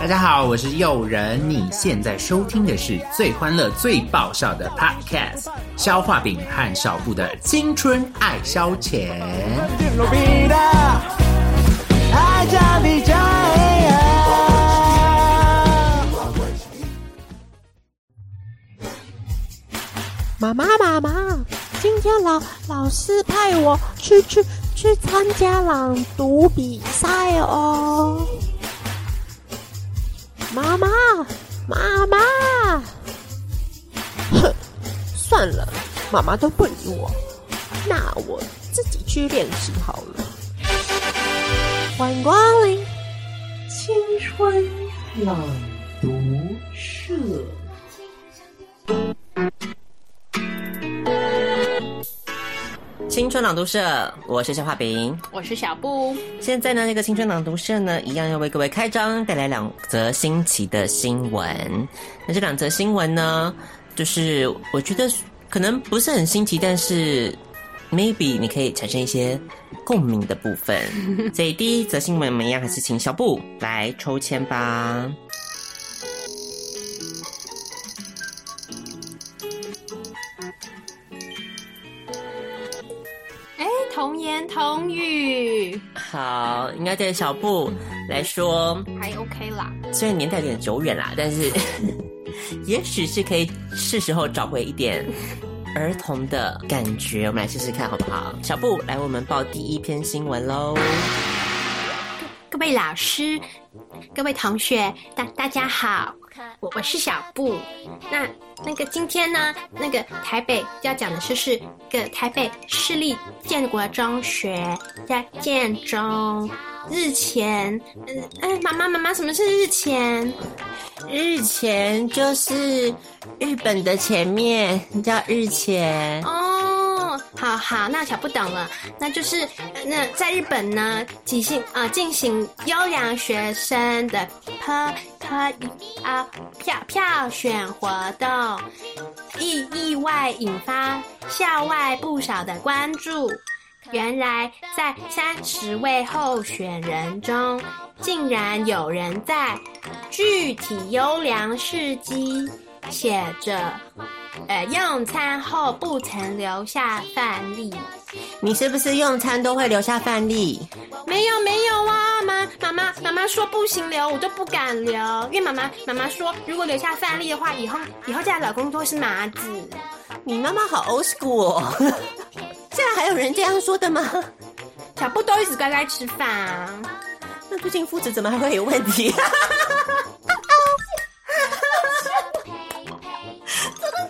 大家好，我是诱人，你现在收听的是最欢乐、最爆笑的 Podcast《消化饼和小布的青春爱消遣》。eh, 妈妈，妈妈，今天老老师派我去去去参加朗读比赛哦。妈妈，妈妈，哼，算了，妈妈都不理我，那我自己去练习好了。欢迎光临青春朗读社。青春朗读社，我是肖画饼。我是小布，现在呢，那个青春朗读社呢，一样要为各位开张带来两则新奇的新闻。那这两则新闻呢，就是我觉得可能不是很新奇，但是 maybe 你可以产生一些共鸣的部 分。所以第一则新闻，我们一样还是请小布来抽签吧。哎，童言童语好，应该对小布来说，还 OK 啦。虽然年代有点久远啦，但是也许是可以是时候找回一点儿童的感觉。我们来试试看好不好？小布，来我们报第一篇新闻喽。各位老师，各位同学，大大家好，我我是小布。那那个今天呢，那个台北要讲的就是个台北市立建国中学在建中日前，嗯嗯，妈妈妈妈，什么是日前？日前就是日本的前面，叫日前。哦，好好，那小不懂了，那就是呃那在日本呢，进行啊进行优良学生的科科啊票票选活动，意意外引发校外不少的关注。原来在三十位候选人中，竟然有人在具体优良事迹写着呃，用餐后不曾留下饭粒。你是不是用餐都会留下饭粒？没有没有啊，妈妈妈妈妈说不行留，我就不敢留，因为妈妈妈妈说，如果留下饭粒的话，以后以后嫁的老公都是麻子。你妈妈好 old school 哦！ 现在还有人这样说的吗？小布都一直乖乖吃饭啊。那最近父子怎么还会有问 题？啊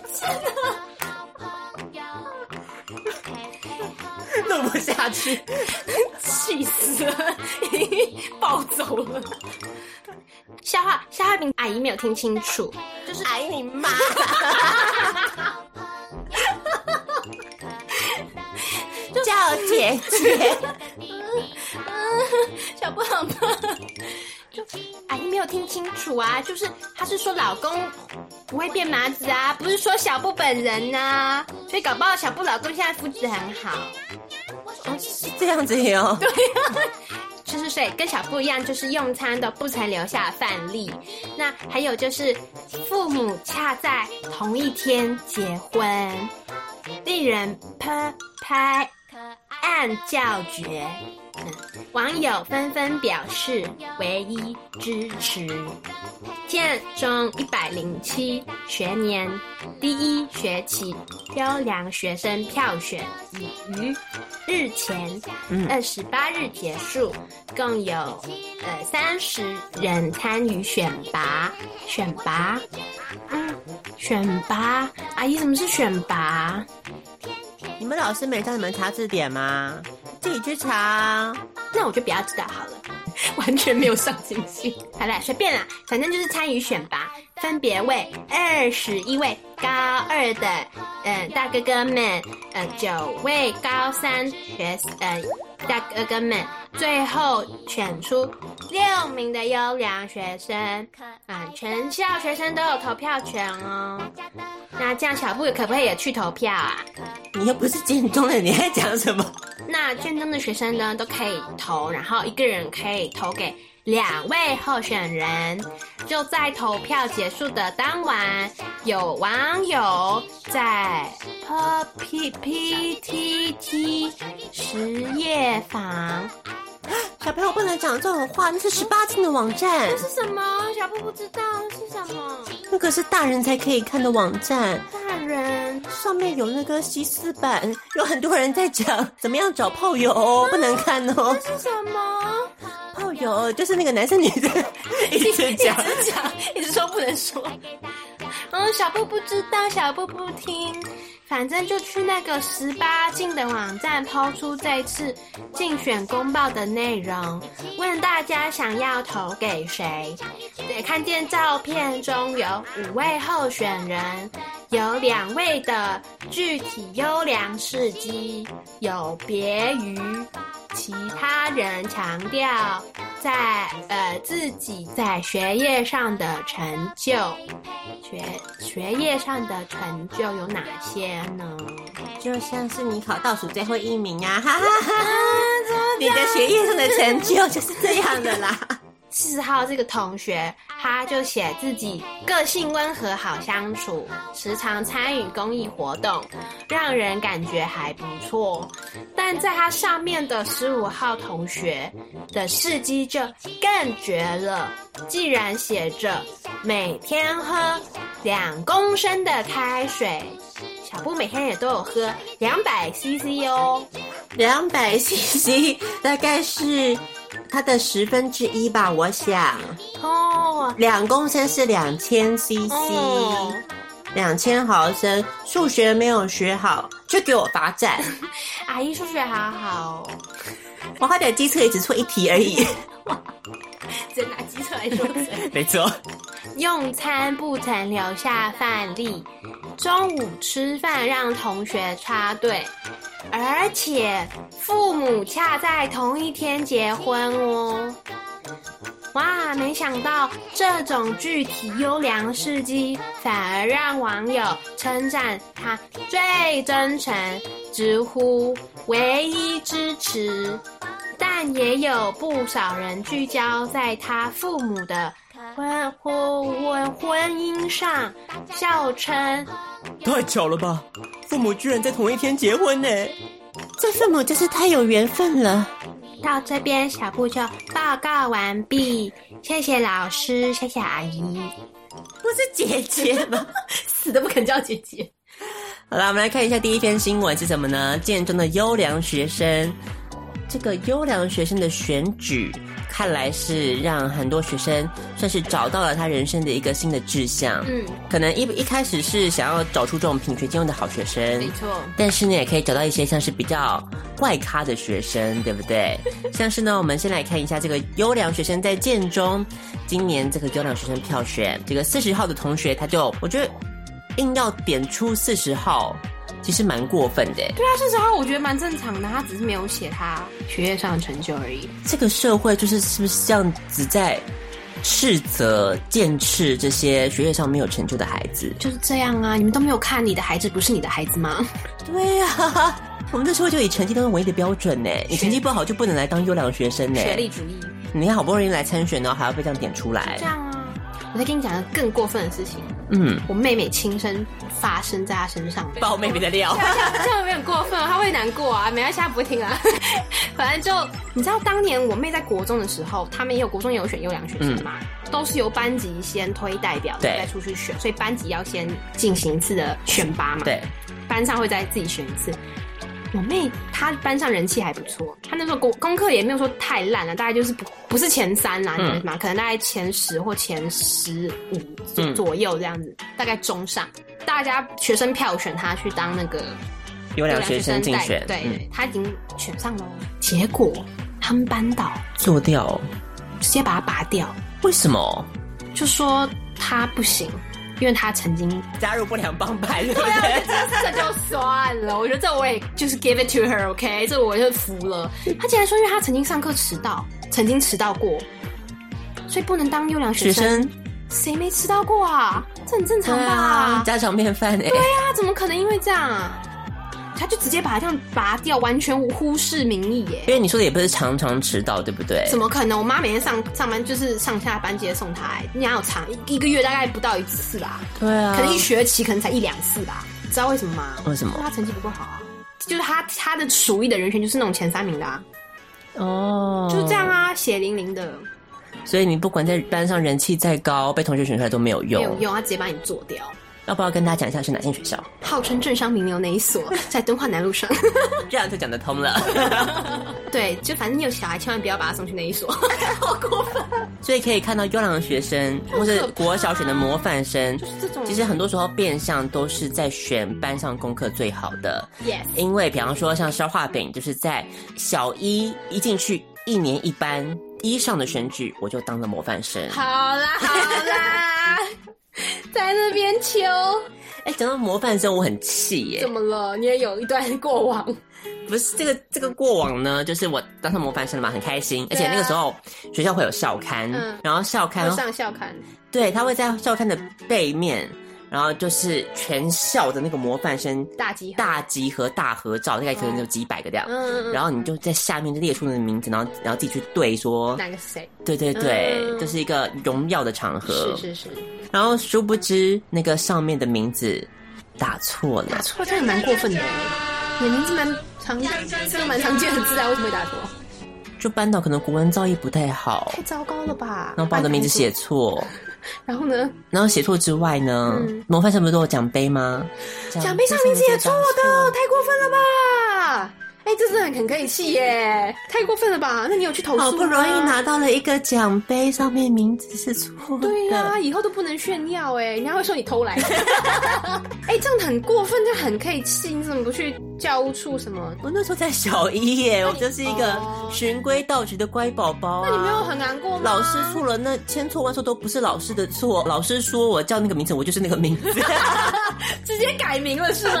弄不下去，气死了，暴走了。笑话，笑话饼阿姨没有听清楚，就是哎你妈！叫姐姐，小布好吗？就阿姨没有听清楚啊，就是她是说老公不会变麻子啊，不是说小布本人呐、所以搞不好小布老公现在肤质很好，是这样子哦哟、就是所以跟小布一样，就是用餐都不曾留下饭粒。那还有就是父母恰在同一天结婚，令人拍拍暗叫绝。嗯网友纷纷表示唯一支持。建中一百零七学年第一学期优良学生票选已于日前二十八日结束，共有呃三十人参与选拔，选拔，嗯，选拔，阿姨什么是选拔？你们老师没叫你们查字典吗？自己去查啊。那我就不要知道好了， 完全没有上进心。好了，随便啦，反正就是参与选拔，分别为二十一位高二的呃大哥哥们，呃九位高三学呃大哥哥们，最后选出六名的优良学生，啊、全校学生都有投票权哦。那这样小布可不可以也去投票啊？你又不是建中的，你还讲什么？那那卷宗的学生呢都可以投，然后一个人可以投给两位候选人。就在投票结束的当晚，有网友在 P P T T 实业房，小朋友不能讲这种话，那是十八禁的网站这，是什么？小布不知道是什么。那个是大人才可以看的网站，大人，上面有那个西斯版，有很多人在讲怎么样找炮友哦，不能看哦。这是什么？炮友就是那个男生女生一直讲，一直讲，一直说不能说。嗯，小布不知道，小布不听，反正就去那个十八禁的网站抛出这次竞选公报的内容，问大家想要投给谁。对，看见照片中有五位候选人，有两位的具体优良事迹有别于其他人强调在呃自己在学业上的成就，学学业上的成就有哪些 呢？就像是你考倒数最后一名啊，哈哈哈你的学业上的成就就是这样的啦。四号这个同学，他就写自己个性温和、好相处，时常参与公益活动，让人感觉还不错。但在他上面的十五号同学的事迹就更绝了，既然写着每天喝两公升的开水，小布每天也都有喝两百 CC 哦。两百 CC 大概是它的十分之一吧，我想。哦，两公升是两千 CC，哦两千毫升。数学没有学好，就给我罚站。阿姨数学好好哦。我好歹机测也只错一题而已。只拿机车来说嘴。 没错， 用餐不曾留下饭粒，中午吃饭让同学插队，而且父母恰在同一天结婚哦。哇，没想到这种具体优良事迹，反而让网友称赞他最真诚，直呼唯一支持。但也有不少人聚焦在他父母的婚婚婚婚姻上，笑称太巧了吧？父母居然在同一天结婚呢！这父母就是太有缘分了。到这边小布就报告完毕，谢谢老师，谢谢阿姨。不是姐姐 吗？死都不肯叫姐姐。好啦，我们来看一下第一篇新闻是什么呢？建中的优良学生，这个优良学生的选举，看来是让很多学生算是找到了他人生的一个新的志向。嗯，可能一一开始是想要找出这种品学兼优的好学生，没错。但是呢，也可以找到一些像是比较怪咖的学生，对不对？ 像是呢，我们先来看一下这个优良学生在建中，今年这个优良学生票选，这个四十号的同学，他就我觉得硬要点出四十号，其实蛮过分的。对啊，四十号我觉得蛮正常的，他只是没有写他学业上的成就而已。这个社会就是是不是这样子在斥责、剑斥这些学业上没有成就的孩子？就是这样啊，你们都没有看你的孩子不是你的孩子吗？对呀、 我们这社会就以成绩当做唯一的标准呢，你成绩不好就不能来当优良学生呢。学历主义。你好不容易来参选，然后还要被这样点出来 这，样啊，我再跟你讲个更过分的事情，嗯，我妹妹亲身发生在她身上的。爆妹妹的料，这样有点过分，她会难过啊，没关系，她不会听啊。 反正就你知道，当年我妹在国中的时候，他们也有国中也有选优良学生嘛，都是由班级先推代表，对再出去选，所以班级要先进行一次的选拔嘛。 对，班上会再自己选一次。我妹她班上人气还不错，她那时候功功课也没有说太烂啊了，大概就是不不是前三啊啦，你知道吗？可能大概前十或前十五左嗯左右这样子，大概中上。大家学生票选她去当那个优良学生竞选，对，嗯，她已经选上了哦。结果他们班导做掉，直接把她拔掉，为什么？就说她不行，因为她曾经加入不良帮派，对不对啊，对？ 这就算了，我觉得这我也就是 give it to her，OK，、这我就服了。他竟然说，因为他曾经上课迟到，曾经迟到过，所以不能当优良学学生。生谁没迟到过啊？这很正常对吧？啊，家常便饭哎，对啊，怎么可能因为这样啊？他就直接把它这样拔掉，完全忽视民意耶。因为你说的也不是常常迟到，对不对？怎么可能？我妈每天上上班就是上下班接送她、哎，哪有长一一个月大概不到一次吧？对啊，可能一学期可能才一两次吧。知道为什么吗？为什么因为她成绩不够好啊。就是她她的厨艺的人选就是那种前三名的啊，哦，就是这样。啊，血淋淋的所以你不管在班上人气再高，被同学选出来都没有用。没有用，她直接把你做掉。要不要跟大家讲一下是哪间学校？号称政商名流那一所，在敦化南路上。 这样就讲得通了。对，就反正你有小孩，千万不要把他送去那一 所，好过分。 所以可以看到优良的学生，或是国小选的模范生，就是这种其实很多时候变相都是在选班上功课最好的。 Yes 因为比方说像消化饼，就是在小一一进去一年一班一上的选举，我就当了模范生。好啦好 啦，在那边求，哎，讲到模范生，我很气耶怎。么了？你也有一段过往，不是这个这个过往呢，就是我当上模范生了嘛，很开心。而对且啊那个时候学校会有校刊，嗯然后校我刊哦上校刊，对，他会在校刊的背面，然后就是全校的那个模范生大集合大集合大合照，大概可能有几百个这样。嗯嗯然后你就在下面就列出你的名字，然后然后自己去对说，哪个是谁？对对对，嗯这是一个荣耀的场合是。是是，然后殊不知那个上面的名字打错了打，啊错这也蛮过分的欸，你的名字蛮常，这个蛮常见的字啊，为什么会打错？就班导可能国文造诣不太好太，糟糕了吧？然后把我的名字写错。然后呢？然后写错之外呢，嗯模范生不是都有奖杯吗？嗯奖杯上名字也错的，太过分了吧？哎、这真的很很可以气耶，太过分了吧？那你有去投诉吗？哦好不容易拿到了一个奖杯，上面名字是错的。对呀、以后都不能炫耀哎，人家会说你偷来的。 哎、这样很过分，这样很可以气，你怎么不去教务处什么？我那时候才小一耶，我就是一个哦循规蹈矩的乖宝宝、啊。那你没有很难过吗？老师错了，那千错万错都不是老师的错。老师说我叫那个名字，我就是那个名 字。直接改名了是 吗？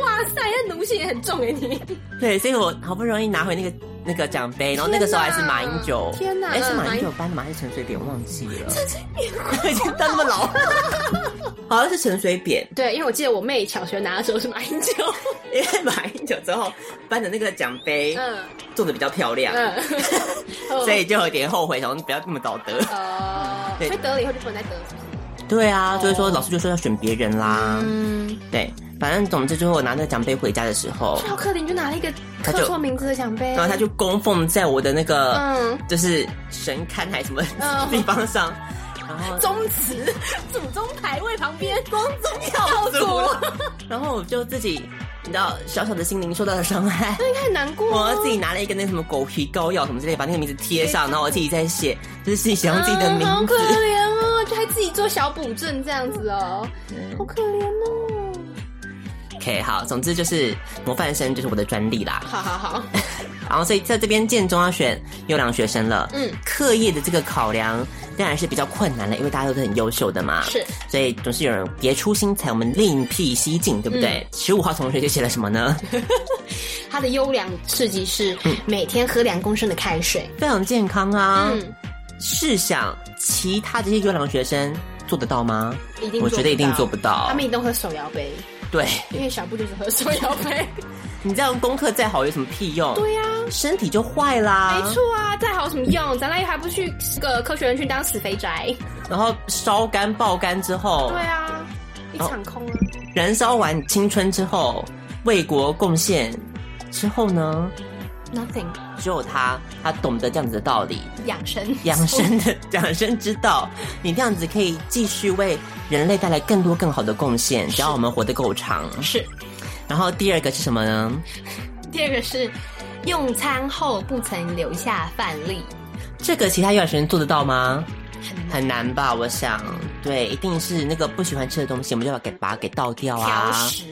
哇塞，那奴性也很重哎，你对，所以我好不容易拿回那个那个奖杯，然后那个时候还是马英九，天哪哎是嗯马马英英九颁的吗？还是陈水扁？我忘记了。陈水 扁，已经当那么老，好像是陈水扁。对，因为我记得我妹小学拿的时候是马 英九，因为马英九哎之后颁的那个奖杯嗯做的比较漂亮， 嗯，所以就有点后悔，想说不要这么早得。呃，对所以得了以后就不能再得了，是不是对啊，就是说老师就说要选别人啦。嗯，对，反正总之最后我拿那个奖杯回家的时候，赵克林就拿了一个他就刻错名字的奖杯，然后他就供奉在我的那个、嗯就是神龛还是什么 嗯地方上，然后宗祠祖宗牌位旁边光宗告耀诉祖，我，然后我就自己你知道小小的心灵受到了伤害。 那应该很难过我哦。自己拿了一个那个什么狗皮膏药什么之类，把那个名字贴上，然后我自己在写，就是自己写上自己的名啊好字可。怜哦，就还自己做小补正这样子哦，好可怜哦。 OK，好，总之就是模范生就是我的专利啦。好好好，然后所以在这边建中要选优良学生了，嗯课业的这个考量当然是比较困难了，因为大家都是很优秀的嘛，是，所以总是有人别出心裁，我们另辟蹊径，对不对？嗯十五、号同学就写了什么 呢？他的优良事迹是每天喝两公升的开水。非常健康嗯啊。嗯，试想其他这些优良学生做得到吗？一定我觉得一定做不到。他们一定喝手摇杯，对因为小布就是喝手摇 杯。你这样功课再好有什么屁用？对呀、身体就坏啦， 没错啊，再好有什么用？咱俩还不去个科学园区当死肥宅？然后烧干爆干之后，对啊，一场空啊。燃烧完青春之后，为国贡献之后呢， Nothing，只有他，他懂得这样子的道理，养生，养生的 养生之道。你这样子可以继续为人类带来更多更好的贡献，只要我们活得够长。是。然后第二个是什么呢？第二个是用餐后不曾留下饭粒，这个其他幼儿园做得到吗？很难吧？我想，对，一定是那个不喜欢吃的东西，我们就要给把它给倒掉 挑啊。 食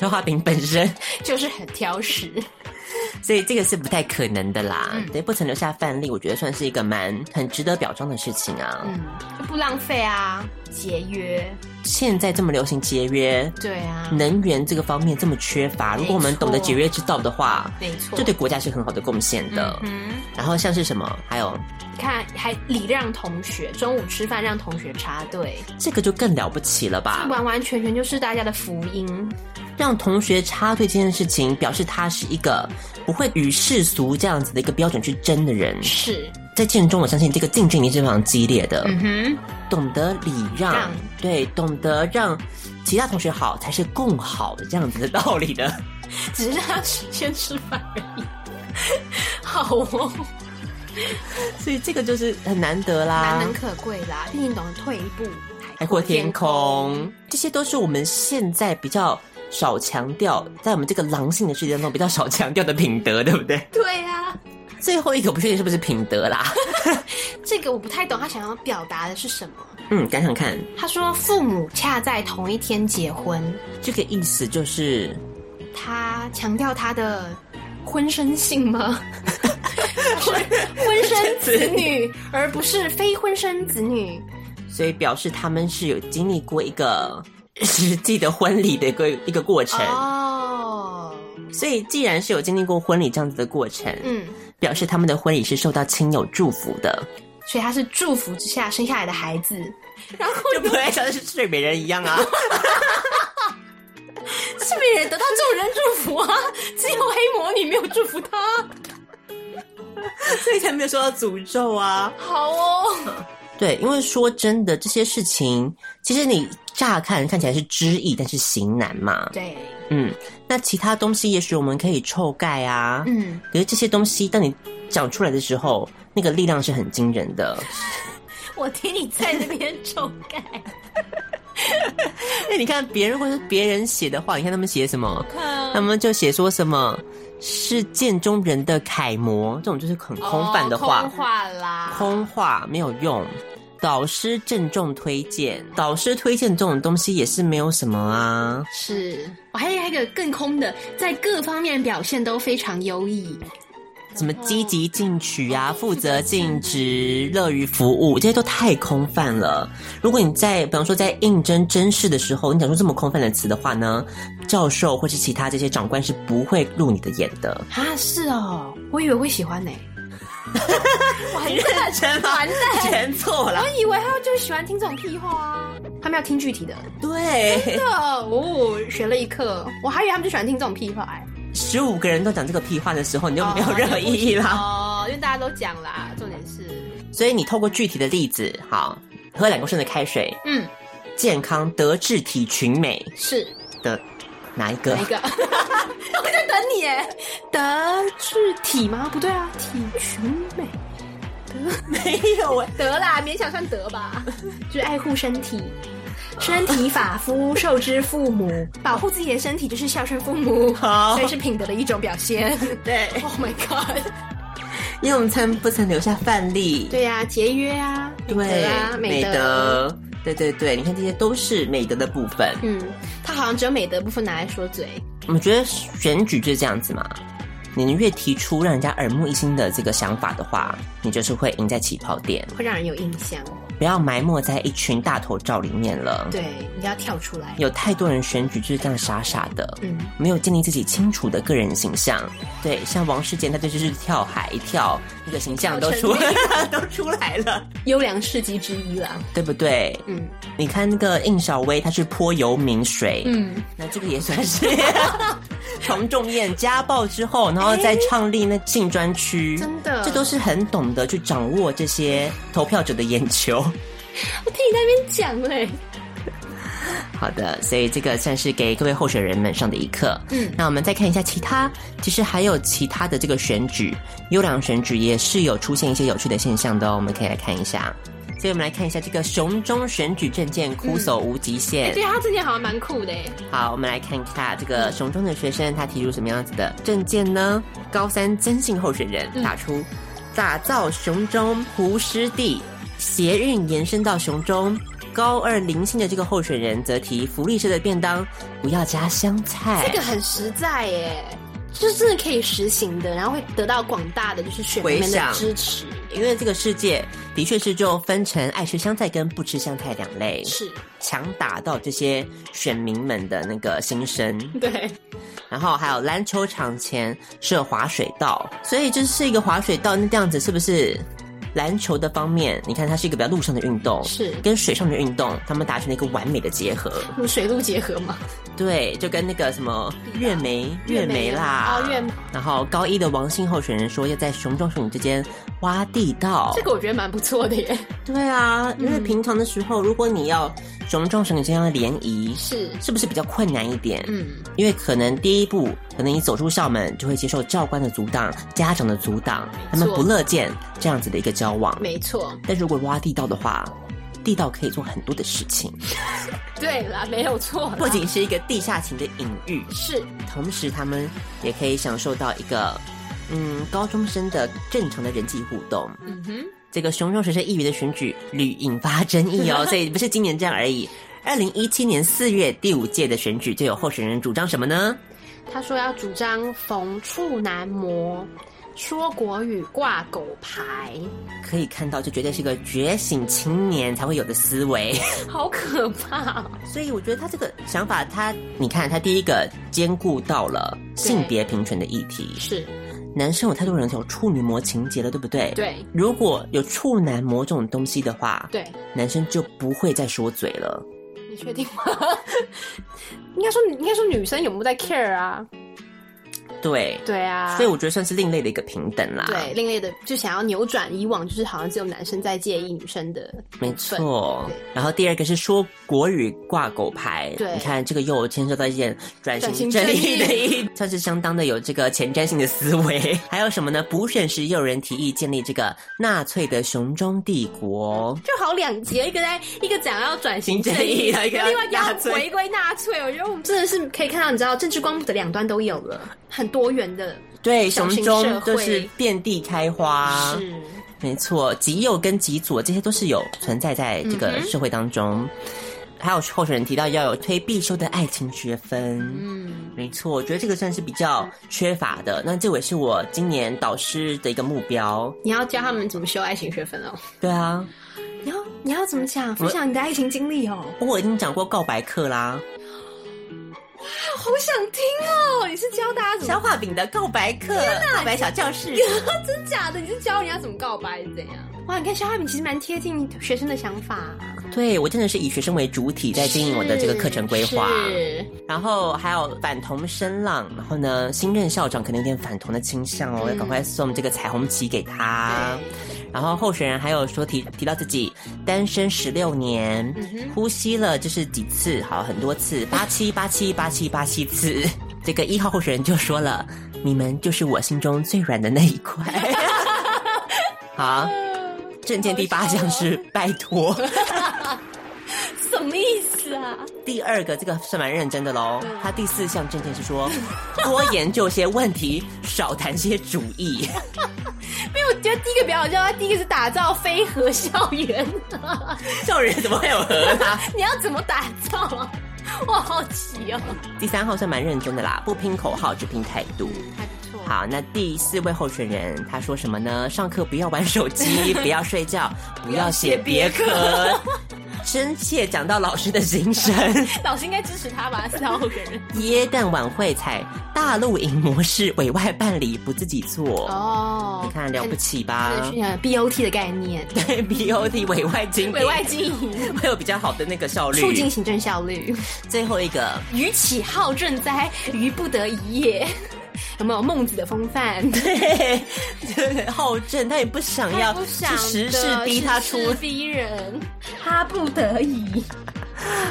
消化饼本身，就是很挑食。嗯所以这个是不太可能的啦。对，不曾留下范例，我觉得算是一个蛮很值得表彰的事情啊。嗯，就不浪费啊，节约。现在这么流行节约，对啊，能源这个方面这么缺乏，如果我们懂得节约之道的话，没错这对国家是很好的贡献的。嗯，然后像是什么，还有看还礼让同学，中午吃饭让同学插队，这个就更了不起了吧？完完全全就是大家的福音。让同学插队这件事情，表示他是一个不会与世俗这样子的一个标准去争的人。是，在竞争中，我相信这个竞争一定是非常激烈的。嗯哼，懂得礼让，让对，懂得让其他同学好，才是共好的这样子的道理的。只是让他吃先吃饭而已。 好哦，所以这个就是很难得啦，难能可贵啦，毕竟懂得退一步，海阔天空，这些都是我们现在比较少强调，在我们这个狼性的世界当中比较少强调的品德，对不对？对啊， 最后一个我不确定是不是品德啦，这个我不太懂他想要表达的是什么。 嗯，想想看，他说父母恰在同一天结婚，这个意思就是他强调他的婚生性 吗？婚婚生子女，而不是非婚生子 女。所以表示他们是有经历过一个实际的婚礼的一个一个过程。哦，所以既然是有经历过婚礼这样子的过程，嗯，表示他们的婚礼是受到亲友祝福的， 所以他是祝福之下生下来的孩子。然后就不会像是睡美人一样啊。是没人得到众人祝福 啊，只有黑魔女没有祝福他。 所以才没有受到诅咒啊。好哦，对，因为说真的，这些事情其实你乍看看起来是知易，但是行难嘛。对，嗯，那其他东西也许我们可以臭盖啊，嗯，可是这些东西当你讲出来的时候，那个力量是很惊人的。 我听你在那边臭盖。那哎你看别人或是别人写的话，你看他们写什么？他嗯们就写说什么是见中人的楷模，这种就是很空泛的话。哦空话啦，空话没有用。导师郑重推荐，导师推荐这种东西也是没有什么啊。是我还有还有一个更空的，在各方面表现都非常优异。什么积极进取啊，负责尽职，乐于服务，这些都太空泛了。如果你在，比方说在应征甄试的时候，你讲出这么空泛的词的话呢，教授或是其他这些长官是不会入你的眼的。啊，是哦，我以为会喜欢 呢、完蛋，全完蛋，全错了我。以为他就喜欢听这种屁话啊，他们要听具体的。 对，真的哦，学了一课，我还以为他们就喜欢听这种屁话哎、十五个人都讲这个屁话的时候，你就没有哦任何意义啦。哦，因为大家都讲啦，重点是，所以你透过具体的例子，好，喝两公升的开水，嗯，健康德智体群美是的哪一个哪一？个？ 我在等你哎，德智体吗？不对啊，体群美。没有哎、得啦，勉强算得吧，就是爱护身体。身体发肤受之父母，保护自己的身体就是孝顺父母， 好所以是品德的一种表现。对， Oh my god！用餐不曾留下范例，对呀、节约啊，对美德啊，美德。德，对对对，你看这些都是美德的部分。嗯，他好像只有美德部分拿来说嘴。我们觉得选举就是这样子嘛，你越提出让人家耳目一新的这个想法的话，你就是会赢在起跑点，会让人有印象。不要埋没在一群大头照里面了。对，你要跳出来。有太多人选举就是这样傻傻的，嗯，没有建立自己清楚的个人形象。对，像王世坚，他就是跳海一跳，那个形象都出来了， 都出来了，优良事迹之一啦。对不对？嗯你看那个应小薇，她是泼油明水，嗯，那这个也算是 从众宴家暴之后，然后再创立那性专区，真的这都是很懂得去掌握这些投票者的眼球。我听你在那边讲嘞。好的，所以这个算是给各位候选人们上的一课。嗯那我们再看一下其他，其实还有其他的这个选举，优良选举也是有出现一些有趣的现象的哦，我们可以来看一下。所以我们来看一下这个熊中选举证件嗯枯手无极限。对他之前好像蛮酷的欸耶。好，我们来看一下这个熊中的学生他提出什么样子的证件呢？高三征信候选人打出、打造熊中胡师弟，协运延伸到熊中。高二零星的这个候选人则提福利社的便当不要加香菜，这个很实在耶，就是真的可以实行的，然后会得到广大的就是选民们回响的支持。因为这个世界的确是就分成爱吃香菜跟不吃香菜两类，是，强打到这些选民们的那个心声。对，然后还有篮球场前设滑水道，所以这是一个滑水道，那这样子是不是篮球的方面，你看它是一个比较陆上的运动，是跟水上的运动，他们达成了一个完美的结合。有水陆结合嘛？对，就跟那个什么月梅、月月梅梅啦，哦月梅然后高一的王姓候选人说要在雄壮雄女之间挖地道。这个嗯我觉得蛮不错的耶。对啊，因为平常的时候，如果你要雄壮雄女之间要联谊，是，是不是比较困难一点？嗯，因为可能第一步，可能你走出校门就会接受教官的阻挡、家长的阻挡，他们不乐见这样子的一个交往。没错，但如果挖地道的话，地道可以做很多的事情，对啦，没有错啦，不仅是一个地下情的隐喻，是同时他们也可以享受到一个嗯高中生的正常的人际互动。嗯哼，这个雄中学生议员的选举屡引发争议 哦，所以不是今年这样而已。二零一七年四月第五届的选举就有候选人主张什么呢？他说要主张逢处男模，说国语挂狗牌，可以看到，就绝对是个觉醒青年才会有的思维。好可怕哦、所以我觉得他这个想法，他你看，他第一个兼顾到了性别平权的议题。是，男生有太多人有处女膜情节了，对不对？。对如果有处男膜这种东西的话，对，男生就不会再说嘴了。你确定吗？ 应该说，应该说女生有没有在 care 啊？对。对啊，所以我觉得算是另类的一个平等啦。对，另类的就想要扭转以往，就是好像只有男生在介意女生的，没错对。然后第二个是说国语挂狗牌，对你看这个又牵涉到一件转型转正型正义义的一，算是相当的有这个前瞻性的思维。 还有什么呢？补选时又有人提议建立这个纳粹的雄中帝国。就好两极，哦一个在一个讲要转型行正正义义，然后啊一个要另外一个要纳粹回归纳粹。我觉得我们真的是可以看到，你知道政治光谱的两端都有了，很多元的，对，小雄型社中会就是遍地开花，是没错，极右跟极左这些都是有存在在这嗯个社会当中。还有候选人提到要有推必修的爱情学分，嗯，没错，我觉得这个算是比较缺乏的。那这也是我今年导师的一个目标。你要教他们怎么修爱情学分哦，对啊，你要你要怎么讲，分享你的爱情经历哦，不过我已经讲过告白课啦，好想听哦，你是教大家怎么消化饼的告白课，告白小教室。 真假的？你是教人家怎么告白是怎样？ 哇，你看肖汉敏其实蛮贴近学生的想法、对我真的是以学生为主体在经营我的这个课程规划。是然后还有反同声浪，然后呢，新任校长可能有点反同的倾向哦，要赶快送这个彩虹旗给他。然后候选人还有说提提到自己单身十六年，呼吸了就是几次，好很多次，八七八七八七八七次。这个一号候选人就说了：“你们就是我心中最软的那一块。” 好，证件第八项是拜托。什么意思啊？第二个这个算蛮认真的喽，他第四项证件是说 多研究些问题，少谈些主义。 没有，我觉得第一个比较好笑，他第一个是打造非核校园，啊校园怎么会有和 呢？你要怎么打造啊？我好奇哦，第三号算蛮认真的啦，不拼口号，只拼态度。还不错，好，那第四位候选人他说什么呢？上课不要玩手机， 不要睡觉，不要写别科，深切讲到老师的心 声。老师应该支持他吧？四号候选人耶诞晚会采大陆营模式，委外办理，不自己做。哦你看了不起吧？看 BOT 的概念，对 BOT 委外经营，委外经营，会有比较好的那个效率。促进行政效率。最后一个，予起好政哉，于不得已 也。有没有孟子的风范？ 对，就是好正，他也不想要，他不想的是时势逼他出时势逼人，他不得已。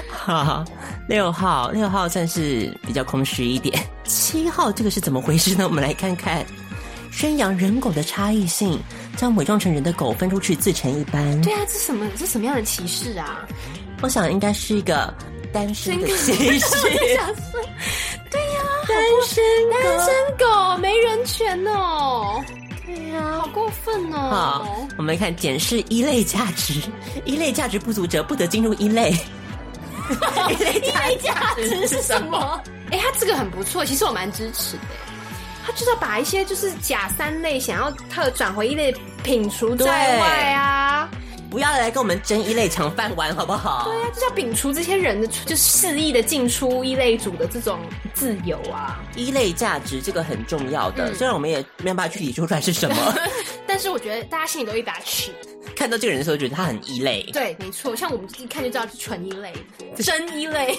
哈，六号，六号算是比较空虚一点。七号这个是怎么回事呢？我们来看看，宣扬人狗的差异性，将伪装成人的狗分出去自成一般。对啊，这什么？这什么样的歧视啊？我想应该是一个单身的歧视。想说，对呀、单身单身狗没人权哦。对呀、好过分好哦！，啊我们来看检视一类价值， 一类价值不足者不得进入一类。 一类价值价值是什 么？哎、他这个很不错，其实我蛮支持的。他就是要把一些就是假三类想要特转回一类摒除在外啊，不要来跟我们争一类抢饭碗，好不好？对啊，就是要摒除这些人的就是肆意的进出一类组的这种自由啊。一类价值这个很重要的，嗯虽然我们也没有办法具体说出来是什么，但 但是我觉得大家心里都一把尺。看到这个人的时候，觉得他很异类，对，没错，像我们一看就知道是纯一类， 真一类。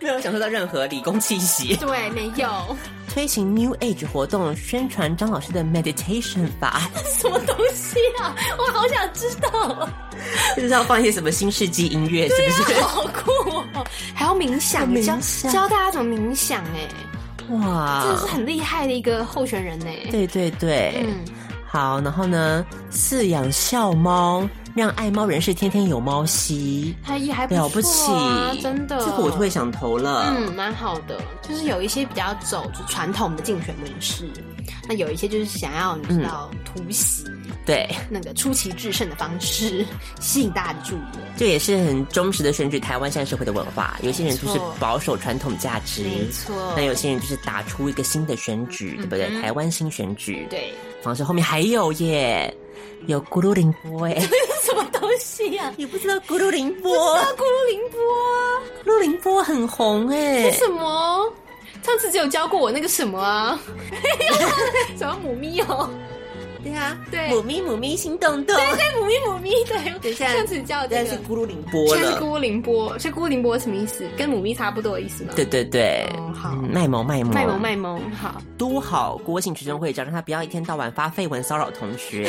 没有享受到任何理工气息。对，没有推行 New Age 活动，宣传张老师的 Meditation 法， 什么东西啊，我好想知道， 就是要放一些什么新世纪音乐，是不是？好酷哦！还要冥想，冥教想教大家怎么冥想，哎，哇真的是很厉害的一个候选人呢。欸对对对，嗯，好，然后呢，饲养笑猫，让爱猫人士天天有猫吸，他也还了不起错啊，，真的，这个我就会想投了。嗯，蛮好的，就是有一些比较走就传统的竞选模式，那有一些就是想要你知道嗯突袭对，那个出奇制胜的方式，吸引大家的注意。这也是很忠实的选举台湾现在社会的文化。有些人就是保守传统价值，没错嗯那有些人就是打出一个新的选举，对不对？台湾新选举，。 对，方式后面还有耶，有咕噜林 波哎，什么东西呀、啊？你不知道咕噜林波？ 咕噜凌波啊，咕噜林波很红哎为，什么？上次只有教过我那个什么啊， 什么母咪哦，对啊，对母咪母咪心动动，对哎母咪母咪，对，等一下上次教我这但个是，咕噜林波现在是咕了，噜凌波，是咕噜凌波什么意思？跟母咪差不多的意思吗？对，对对，哦好嗯卖萌卖萌卖萌卖萌，好，都好郭姓学生会长，让他不要一天到晚发绯闻骚扰同学，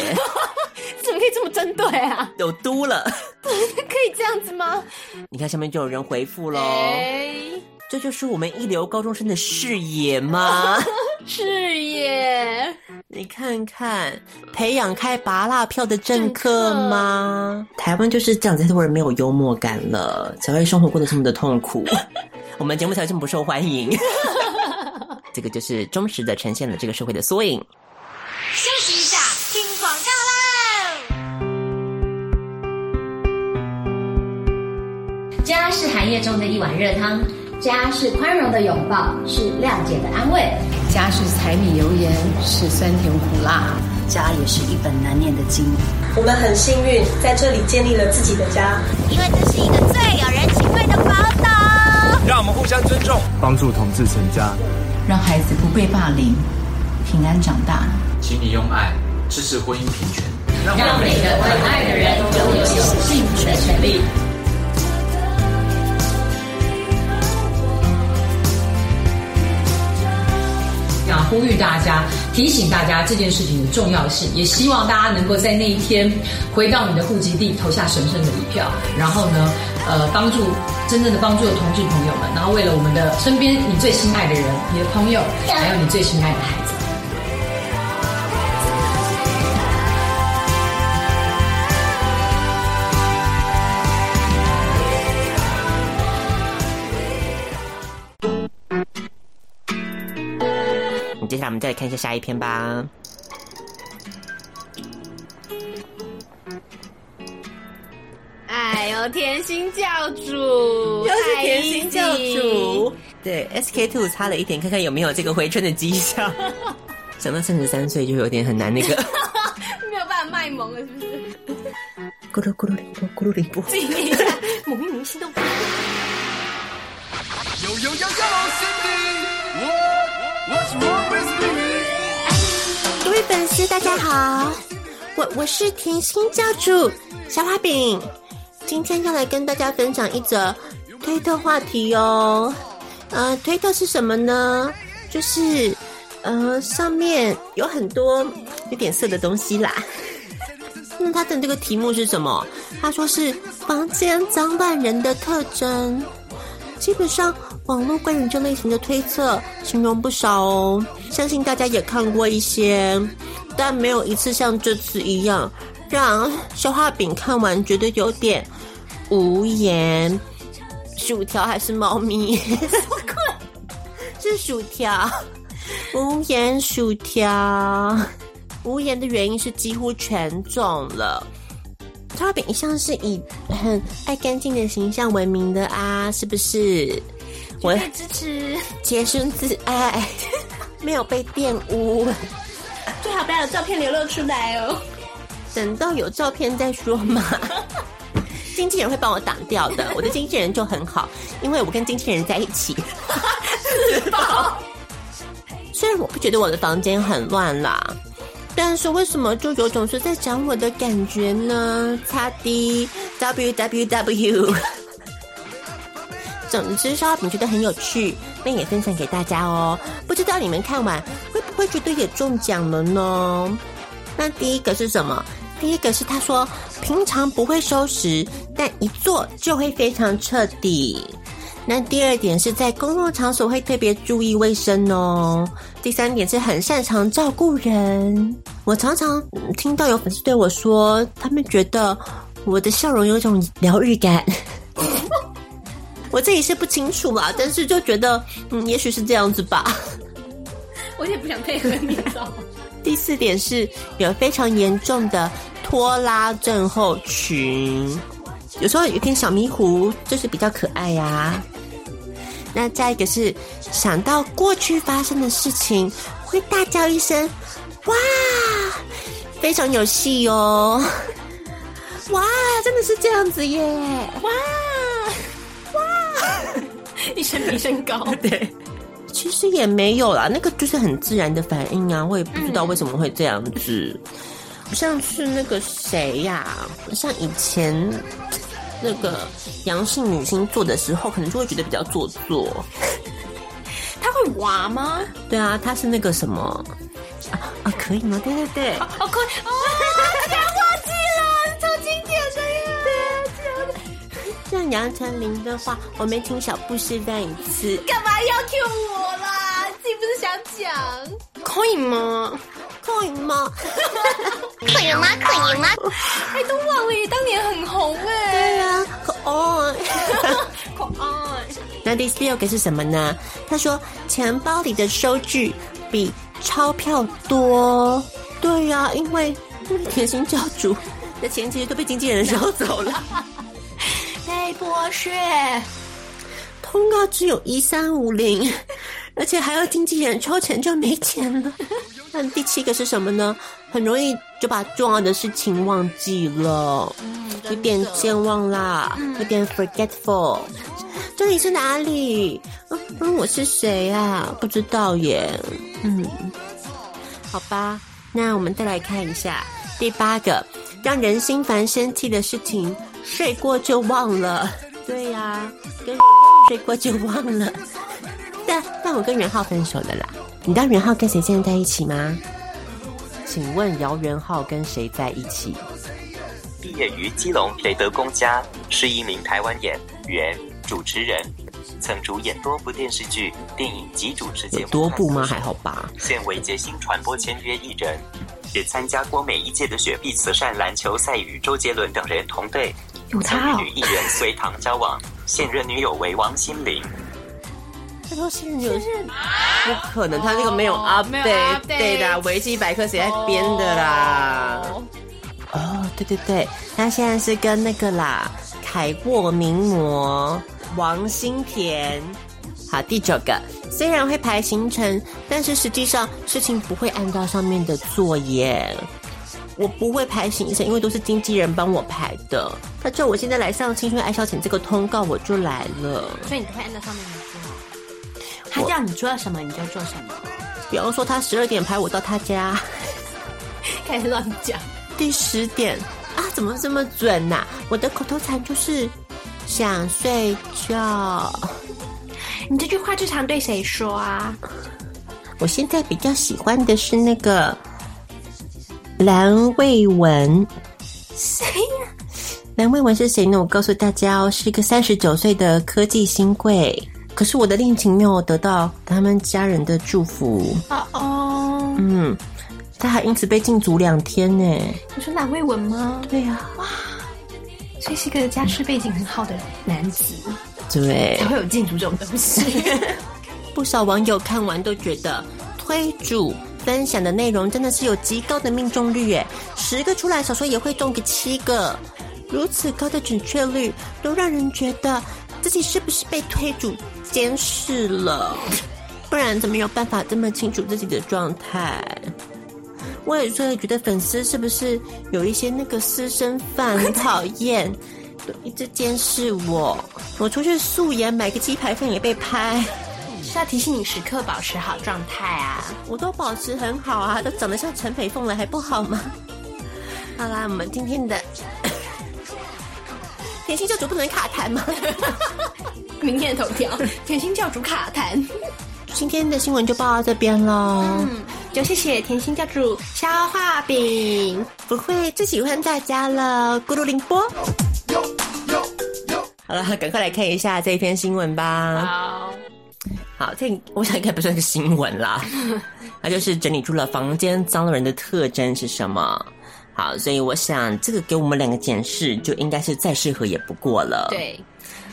怎么可以这么针对啊？有都了。可以这样子吗？你看下面就有人回复喽，哎，这就是我们一流高中生的视野 吗？是耶，你看看，培养开拔蜡票的政客吗？台湾就是这样子，太多人没有幽默感了，才会生活过得这么的痛 苦，我们节目才会这么不受欢迎。这个就是忠实的呈现了这个社会的缩影。休息一下，听广告喽。家是寒夜中的一碗热汤，家是宽容的拥抱，是谅解的安慰。家是柴米油盐，是酸甜苦辣。家也是一本难念的经。我们很幸运在这里建立了自己的家。因为这是一个最有人情味的宝岛。让我们互相尊重，帮助同志成家。让孩子不被霸凌，平安长大。请你用爱支持婚姻平权。让每个关爱的人都有幸福的权利。想呼吁大家，提醒大家这件事情的重要性，也希望大家能够在那一天回到你的户籍地，投下神圣的一票。然后呢，呃，帮助真正的帮助同志朋友们，然后为了我们的身边你最心爱的人、你的朋友，还有你最心爱的孩子。你接下来我们再来看一下下一篇吧。哎呦，甜心教主，爱一集，对 SK two 擦了一点，看看有没有这个回春的迹象。 想到三十三岁就有点很难那个没有办法卖萌了，是不是？咕噜咕噜铃波咕噜铃波。自己念一下，母咪明星都不一样有有有有，Cindy，What What's wrong with me？各位粉丝，大家好，我我是甜心教主小花饼，今天要来跟大家分享一则推特话题哦。呃，推特是什么呢？就是呃，上面有很多有点色的东西啦。 那他的这个题目是什么？他说是房间脏乱人的特征。基本上，网络关于这类型的推测形容不少哦，相信大家也看过一些，但没有一次像这次一样让消化饼看完觉得有点无言。薯条还是猫咪？是薯条，无言薯条。无言的原因是几乎全中了。超饼一向是以很爱干净的形象闻名的啊，是不是？我被支持，洁身自爱， 没有被玷污。最好不要有照片流露出来哦。等到有照片再说嘛。 经纪人会帮我挡掉的，我的经纪人就很好，因为我跟经纪人在一起。 虽然我不觉得我的房间很乱啦，但是为什么舅舅总是在讲我的感觉呢？擦 D W W W。总之，烧饼觉得很有趣，那也分享给大家哦。不知道你们看完会不会觉得也中奖了呢？那第一个是什么？第一个是他说平常不会收拾，但一做就会非常彻底。那第二点是在公共场所会特别注意卫生哦。第三点是很擅长照顾人。我常常、嗯听到有粉丝对我说，他们觉得我的笑容有一种疗愈感。我自己是不清楚啦，但是就觉得，嗯，也许是这样子吧。 我也不想配合你，知道吗？第四点是有非常严重的拖拉症候群，有时候有点小迷糊，就是比较可爱呀、那再一个是想到过去发生的事情，会大叫一声“哇”，非常有戏哦！ 哇，真的是这样子耶！哇，一身比一身高，对，其实也没有啦，那个就是很自然的反应嗯啊，我也不知道为什么会这样子。像是那个谁呀、像以前那个阳性女星做的时候，可能就会觉得比较做作。他会娃吗？对啊，她是那个什么啊啊，可以吗？对对对，好快哦！大家忘记了，超经典的耶！像杨丞琳的话，我没听小布示范一次。干嘛要 Q 我啦？自己不是想讲？可以吗？可以吗？哎，都忘了耶，当年很红哎。对啊，可哦。可爱，那第六个是什么呢？他说钱包里的收据比钞票多。对呀、因为甜心教主的钱其实都被经纪人收走了。被剥削，通告只有一三五零， 而且还要经纪人抽钱就没钱了。 那第七个是什么呢？很容易就把重要的事情忘记了，有点健忘啦，有点 forgetful。这里是哪里？嗯、嗯，我是谁啊？不知道耶。嗯，好吧，那我们再来看一下第八个，让人心烦生气的事情，睡过就忘了。对呀、跟睡过就忘了。 但但我跟袁浩分手的啦。你知道袁浩跟谁现在在一起吗？请问姚元浩跟谁在一起？毕业于基隆培德公家，是一名台湾演员、主持人，曾主演多部电视剧、电影及主持节有目。多部吗？还好吧。现为杰星传播签约艺人，也参加过每一届的雪碧慈善篮球赛与周杰伦等人同队。有曾他哦与女艺人隋唐交往，现任女友为王心凌。他说现任有，不可能，他那个哦没有没 update 有对的啊，维基百科谁在编的啦？哦，对对对，他现在是跟那个啦，凯沃名模王心田。好，第九个，虽然会排行程，但是实际上事情不会按照上面的做耶。我不会排行程，因为都是经纪人帮我排的。他叫我现在来上《青春爱消遣》这个通告，我就来了。所以你都会按照上面的做。他叫你做什么，你就做什么，比方说，他十二点排我到他家。 开始乱讲。第十点啊，怎么这么准呐、我的口头禅就是想睡觉。你这句话最常对谁说啊？我现在比较喜欢的是那个蓝蔚文，谁呀、 蓝蔚文是谁呢？我告诉大家哦，是一个三十九岁的科技新贵。可是我的恋情没有得到他们家人的祝福，哦哦，嗯，他还因此被禁足两天呢。你说蓝蔚文吗？对呀、所以是个家世背景很好的男子，对才，会有禁足这种东西。 不少网友看完都觉得推主分享的内容真的是有极高的命中率耶，十个出来少说也会中个七个，如此高的准确率都让人觉得自己是不是被推主监视了，不然怎么有办法这么清楚自己的状态？我也所以觉得粉丝是不是有一些那个私生饭很讨厌，都一直监视我，我出去素颜买个鸡排饭也被拍。是要提醒你时刻保持好状态啊。我都保持很好啊，都长得像陈培凤了，还不好吗？好啦，我们今天的 甜心教主不能卡痰吗？明天的头条：甜心教主卡痰。今天的新闻就报到这边喽。嗯，就谢谢甜心教主消化饼，不会，最喜欢大家了，咕噜林波。好了，赶快来看一下这一篇新闻吧。好，好，这我想应该不算是新闻 啦，它就是整理出了房间脏人的特征是什么。好，所以我想这个给我们两个检视，就应该是再适合也不过了。，对，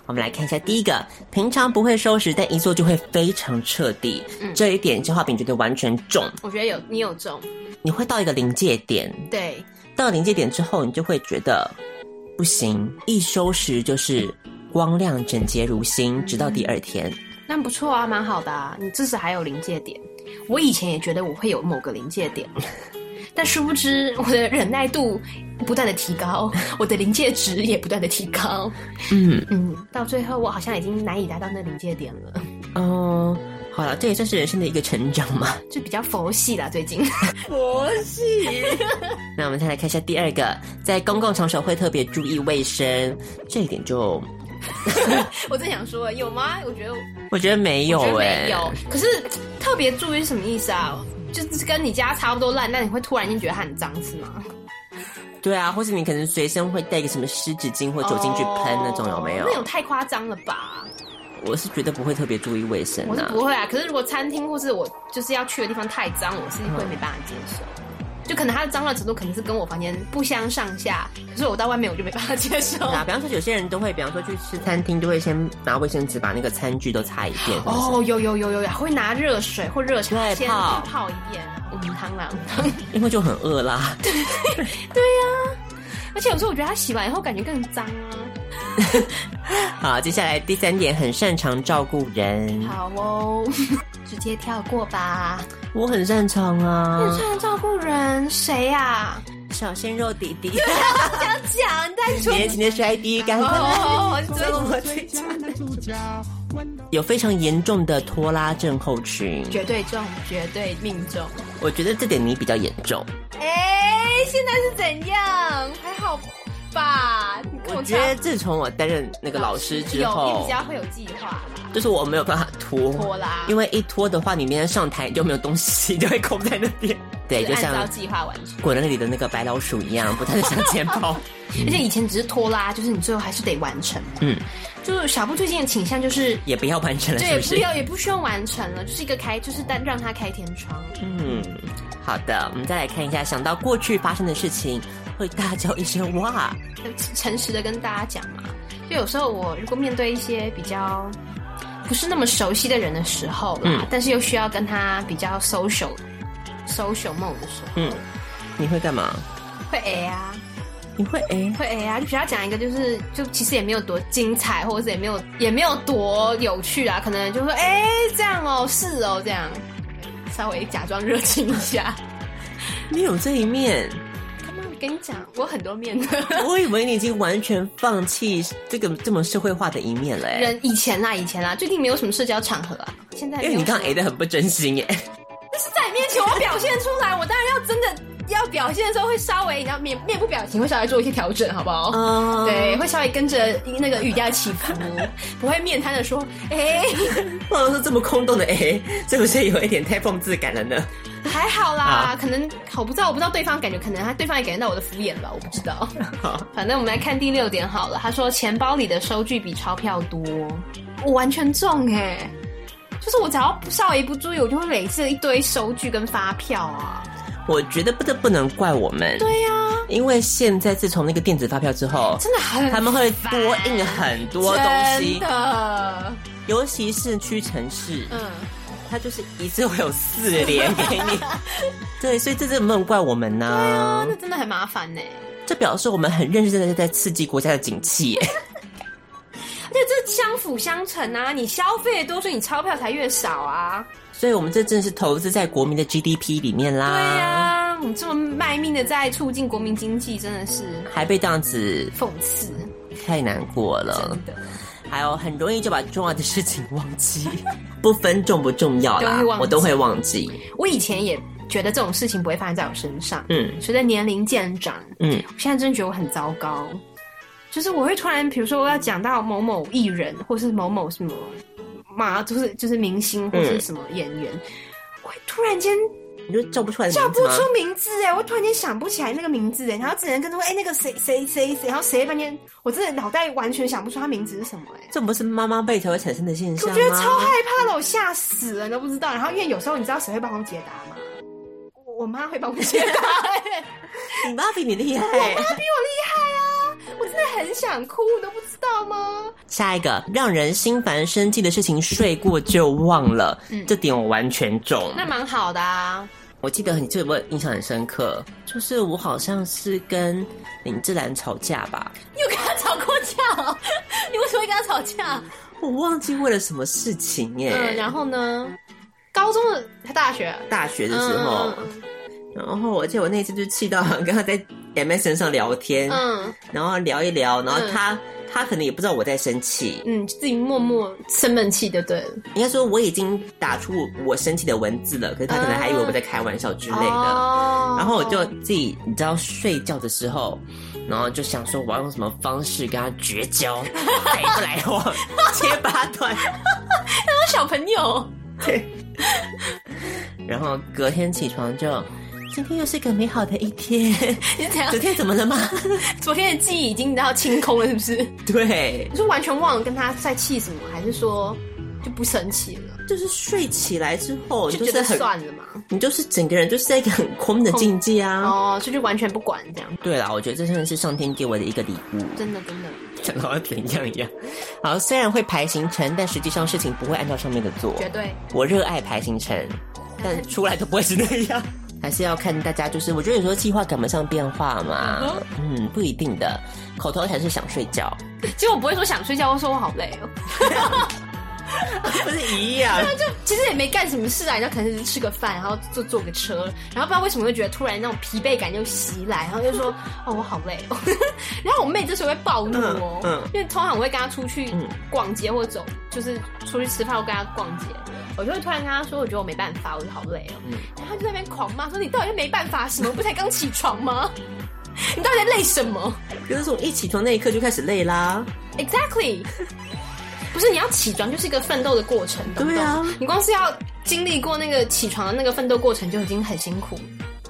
我们来看一下第一个，平常不会收拾，但一做就会非常彻底，嗯这一点消化饼觉得完全中，我觉得有你有中，你会到一个临界点，对，到了临界点之后，你就会觉得不行，一收拾就是光亮、整洁如新，直到第二天。那不错啊，蛮好的、啊。你至少还有临界点。我以前也觉得我会有某个临界点， 但殊不知我的忍耐度不断的提高，我的临界值也不断的提高。嗯嗯，到最后我好像已经难以达到那临界点了，哦，好了，这也算是人生的一个成长嘛。就比较佛系啦。最近 那我们再来看一下第二个，在公共场所会特别注意卫生，这一点就我正想说有吗？我觉得我觉得没有我觉得哎、没有，可是特别注意是什么意思啊？就是跟你家差不多烂，但你会突然间觉得它很脏是吗？对啊，或是你可能随身会带个什么湿纸巾或酒精去喷那种，有没有哦那？种太夸张了吧？我是觉得不会特别注意卫生我是啊不。会啊，可是如果餐厅或是我就是要去的地方太脏，我是会没办法接受。就可能它的脏乱程度可能是跟我房间不相上下，可是我到外面我就没办法 接受。对啊，比方说有些人都会，比方说去吃餐厅，都会先拿卫生纸把那个餐具都擦一遍。哦，有有有有有，会拿热水或热茶对先泡泡一遍，嗯，汤啦， 嗯因为就很饿啦。对啊呀、而且有时候我觉得它洗完以后感觉更脏啊。好，接下来第三点，很擅长照顾人。好哦，直接跳过吧。我很擅长 你啊，虽然照顾人，谁呀、 啊？小鲜肉弟 弟，这样讲，但是年轻的帅弟，赶快哦，你来真我最家。有非常严重的拖拉症候群，绝对中，绝对命中。我觉得这点你比较严重。哎，现在是怎样？还好吧？你跟我觉差得自从我担任那个老师之有你后比，较会有计划啦，就是我没有办法拖，拖啦因为一拖的话，你明天上台你就没有东西，就会空在那 边。对，就就是按照像计划完成。滚那里的那个白老鼠一样，不断的向前 跑。而且以前只是拖拉，就是你最后还是得完成。嗯，就是小布最近的倾向就是。也不要完成了，是对，不不是？要也不需要完成了，就是一个开，就是单让他开天窗。嗯，好的，我们再来看一下，想到过去发生的事情，会大叫一声哇！诚实的跟大家讲嘛，就有时候我如果面对一些比较不是那么熟悉的人的时候啦，嗯但是又需要跟他比较 social social mode 的时候，嗯，你会干嘛？会 A 啊，你 会诶，会 A 啊，就比较讲一个就是，就其实也没有多精彩，或者是也没有也没有多有趣啊，可能就说哎、这样哦，是哦这样，稍微假装热情一下。你有这一面，他妈，我跟你讲，我很多面的。我以为你已经完全放弃这个这么社会化的一面了、哎诶 人以前啊啦，以前啦，最近没有什么社交场合啊，现在没因有为你刚刚什么 A 的很不真心哎耶、是在你面前我表现出来，我当然要真的要表现的时候会稍微，你知道面面部表情会稍微做一些调整，好不好？哦 对，会稍微跟着那个语调起 伏，不会面瘫的说，哎、我老是这么空洞的 A，是不是有一点太讽刺感了呢？还好啦啊，可能我不知道，我不知道对方感觉，可能他对方也感觉到我的敷衍吧，我不知 道。好，反正我们来看第六点好了，他说钱包里的收据比钞票多，我完全中哎、就是我只要稍微不注意，我就会累积一堆收据跟发票啊。我觉得不得不能怪我们，对呀、因为现在自从那个电子发票之后，真的很他们会多印很多东西真，的，尤其是区城市，嗯，它就是一次会有四连给你。 对，所以这真的不能怪我们呐、啊，那真的很麻烦呢。这表示我们很认真的在刺激国家的景气 耶。而且这相辅相成啊，你消费多，所以你钞票才越少啊。所以我们这真的是投资在国民的 GDP 里面啦。对呀、我们这么卖命的在促进国民经济，真的是还被这样子讽刺，太难过了真。的。还有很容易就把重要的事情忘记，不分重不重要啦都会忘，记我都会忘记。我以前也觉得这种事情不会发生在我身上，嗯随着年龄渐长，嗯我现在真的觉得我很糟糕。就是我会突然，比如说我要讲到某某艺人，或是某某什么嘛，就是就是明星或嗯是什么演员，我会突然间你就叫不出来叫名不字吗出名字哎，我突然间想不起来那个名字哎，然后只能跟他说哎那个谁谁谁谁，然后谁半天，我真的脑袋完全想不出他名字是什么哎。这不是妈妈辈才会产生的现象我吗？觉得超害怕的，我吓死了，你都不知道。然后因为有时候你知道谁会帮我解答吗？我我妈会帮我解答、哎你妈比你厉害。我妈比我厉害啊！我真的很想哭，你都不知道吗？下一个让人心烦生气的事情，睡过就忘了，嗯这点我完全中。那蛮好的啊。我记得很，这我印象很深刻，就是我好像是跟林志兰吵架吧，你有跟他吵过架哦？你为什么会跟他吵架？我忘记为了什么事情耶、嗯，然后呢？高中的还大学，大学的时候，嗯然后我记得我那次就气到跟他在 MSN 上聊天，嗯然后聊一聊，然后嗯他、他可能也不知道我在生气，嗯，自己默默生闷气，对不对了？应该说我已经打出我生气的文字了，可是他可能还以为我在开玩笑之类的。哦然后我就自己，你知道睡觉的时候，然后就想说我要用什么方式跟他绝交，再也不来往，切八段。那个小朋友，然后隔天起床就，今天又是个美好的一 天。你是怎样昨？天怎么了吗？ 昨天的记忆已经你知道清空了，是不 是？对你，是完全忘了跟他在气什么，还是说就不生气了，就是睡起来之后，你就就是觉得很，算了嘛？你就是整个人就是在一个很空的境界啊。哦，所以就完全不管这样，对啦，我觉得这真的是上天给我的一个礼物。真的真的。讲到怎样一样。好，虽然会排行程，但实际上事情不会按照上面的做。绝对我热爱排行程，但出来都不会是那样。 还是要看大家，就是我觉得有时候计划赶不上变化嘛，嗯，不一定的。口头禅是想睡觉， 其实我不会说想睡觉，我说我好累哦。 不是一 样？就其实也没干什么事啊，然后可能只是吃个饭，然后坐坐个车，然后不知道为什么会觉得突然那种疲惫感就袭来，然后就 说哦我好累哦。 然后我妹这时候会暴怒哦，嗯嗯因为通常我会跟她出去逛街或走，就是出去吃饭，我跟她逛街。我就会突然跟她说，我觉得我没办法，我就好累哦。嗯然后她就在那边狂骂说：“你到底是没办法什么？不才刚起床吗？ 你到底在累什么可是从一起床那一刻就开始累啦。 ？”Exactly，不是你要起床就是一个奋斗的过程，懂不懂对啊，你光是要经历过那个起床的那个奋斗过程就已经很辛苦，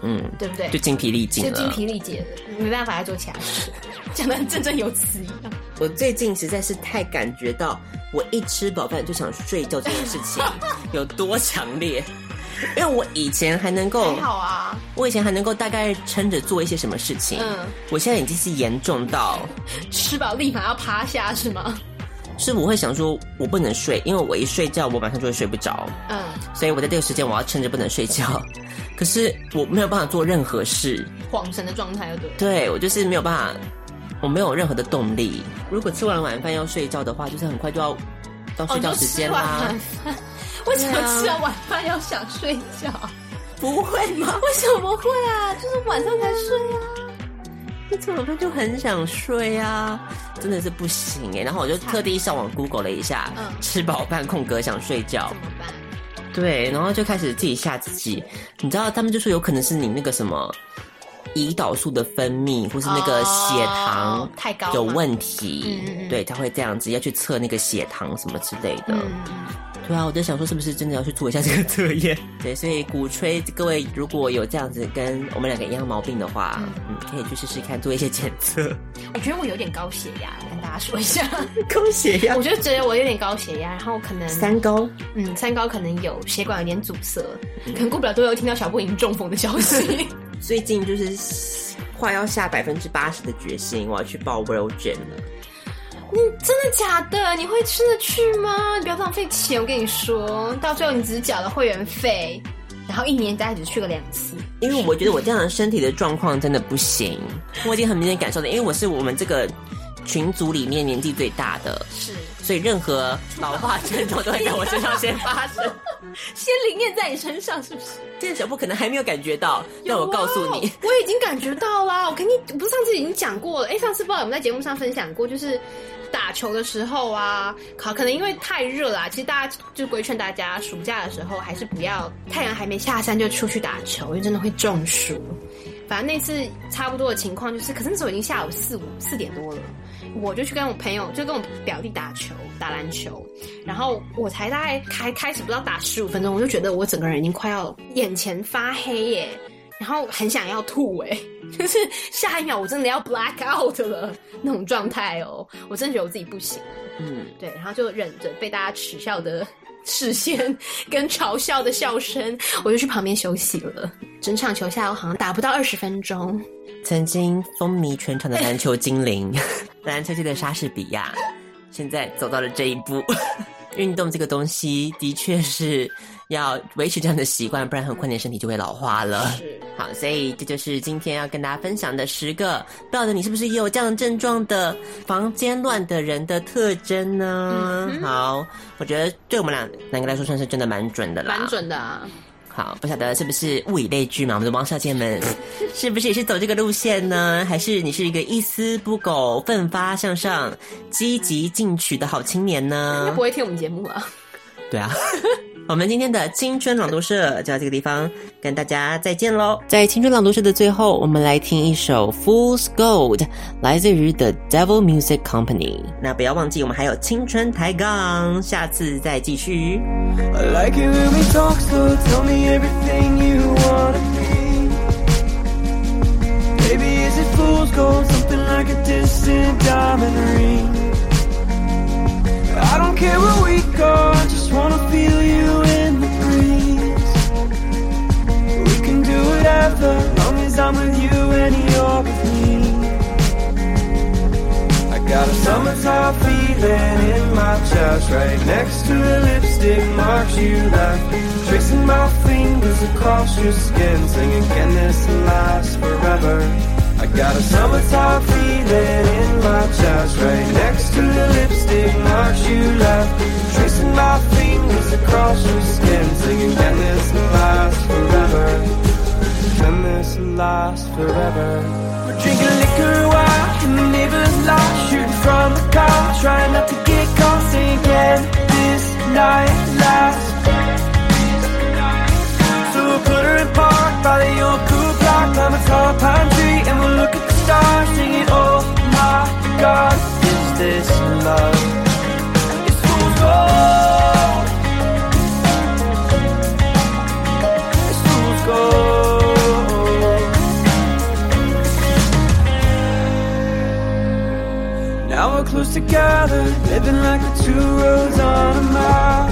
嗯，对不对？就精疲力尽就了。精疲力竭了，没办法再做其他事，讲的振振有词一 样。我最近实在是太感觉到，我一吃饱饭就想睡觉这件事 情有多强烈。因为我以前还能够，还好啊，我以前还能够大概撑着做一些什么事情，嗯，我现在已经是严重到，吃饱立马要趴下是吗？是我会想说，我不能睡，因为我一睡觉，我马上就会睡不着，嗯，所以我在这个时间我要撑着不能睡觉，可是我没有办法做任何事，嗯恍神的状态就对了。对我就是没有办法，我没有任何的动力。如果吃完晚饭要睡觉的话，就是很快就要到哦，睡你觉就时吃间完啦、 晚饭，为什么对啊吃完晚饭要想睡觉？不会吗？为什么会啊？就是晚上才睡啊。那吃晚饭就很想睡啊，真的是不行哎、然后我就特地上网 Google 了一下，嗯吃饱饭空格想睡觉怎，么办？对，然后就开始自己吓自己。你知道他们就说有可能是你那个什么胰岛素的分泌，或是那个血糖哦太高吗有问题，嗯嗯嗯对，他会这样子要去测那个血糖什么之类的。嗯，对啊，我在想说是不是真的要去做一下这个测验？嗯对，所以鼓吹各位如果有这样子跟我们两个一样毛病的话，嗯，可以去试试看做一些检测。 我觉得我有点高血压，跟大家说一下。高血压 我就觉得我有点高血压，然后可能三高，嗯，三高可能有血管有点阻塞，嗯可能过不了多久听到小布已经中风的消 息。最近就是快要下百分之八十的决心，我要去报 World Gen 了。你真的假的？你会吃得去吗？你不要浪费钱，我跟你说，到最后你只是缴了会员费，然后一年大概只去个两次。因为我觉得我这样的身体的状况真的不行，我已经很明显感受到，因为我是我们这个群组里面年纪最大的，是，所以任何老化症状都会在我身上先发 生。先灵验在你身上是不是？这个小布可能还没有哦感觉到，但我告诉你哇， 我已经感觉到啦。我跟你，我不是上次已经讲过了？哎，上次不知道有没有在节目上分享过，就是打球的时候啊，可可能因为太热啦、其实大家就规劝大家，暑假的时候还是不要太阳还没下山就出去打球，因为真的会中暑。反正那次差不多的情况就是，可是那时候已经下午四五四点多了，我就去跟我朋友，就跟我表弟打球，打篮球，然后我才大概开开始不到打十五分钟，我就觉得我整个人已经快要眼前发黑耶，然后很想要吐哎， 就是下一秒我真的要 black out 了那种状态哦，我真的觉得我自己不行，嗯，对，然后就忍着被大家耻笑的 视线跟嘲笑的笑声，我就去旁边休息了。整场球下来，我好像打不到二十分钟。曾经风靡全场的篮球精 灵，篮球界的莎士比亚，现在走到了这一步。运动这个东西的确是要维持这样的习惯，不然很快你的身体就会老化了。是，好，所以这就是今天要跟大家分享的十个，到底你是不是也有这样的症状的房间乱的人的特征呢？嗯好，我觉得对我们俩两个来说算是真的蛮准的啦，蛮准的、啊。好，不晓得是不是物以类聚嘛？我们的王小姐 们是不是也是走这个路线呢？还是你是一个一丝不苟、奋发向上、积极进取的好青年应该呢不？会听我们节目啊。对啊， 我们今天的青春朗读社就到这个地方跟大家再见喽。在青春朗读社的最后，我们来听一首《Fool's Gold》，来自于 The Devil Music Company。那不要忘记，我们还有青春抬杠，下次再继续。 I like it when we talk, so tell me everything you wanna be. Baby, is it fool's gold, something like a distant diamond ring? I don't care where we go, I just wanna feel you in the breeze. We can do whatever, long as I'm with you and you're with me. I got a summertime feeling in my chest Right next to the lipstick marks you left Tracing my fingers across your skin Singing, can this last forever? I got a summertime feeling in my chest Right next to the lipstick marks you left Tracing my fingers across your skin Singing, can this last forever? Can this last forever? We're drinking liquor while in the neighbor's lot, shooting from the car, trying not to get caught. Saying, can this night last? So we'll put her in park by the old cool block, climb a tall pine tree, and we'll look at the stars, singing, oh my God, is this love? It's fool's gold. It's fool's gold. Now we're close together, living like the two roads on a mile.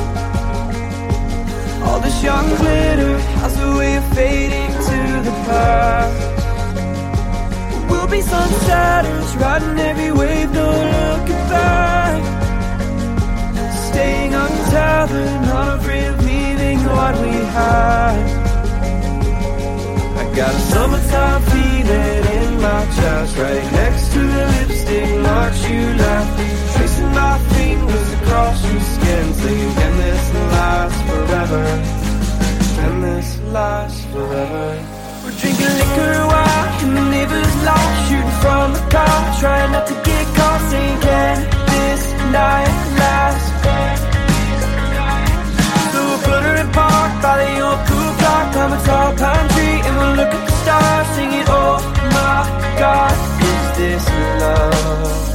All this young glitter has a way of fading to the past. We'll be sunsetters, riding every wave, no looking back. Staying untethered, not afraid of leaving what we had. I got a summertime feeling in my chest, right next to the lipstick marks you left. Tracing my fingers across your skin, singing, can this last forever? Can this last forever? We're drinking liquor while in the neighbor's lot, shooting from the car, trying not to get caught, saying, can this night last? So we'll put her in park by the old cool block, climb a tall pine tree, and we'll look at the stars, singing, Oh my God, is this love?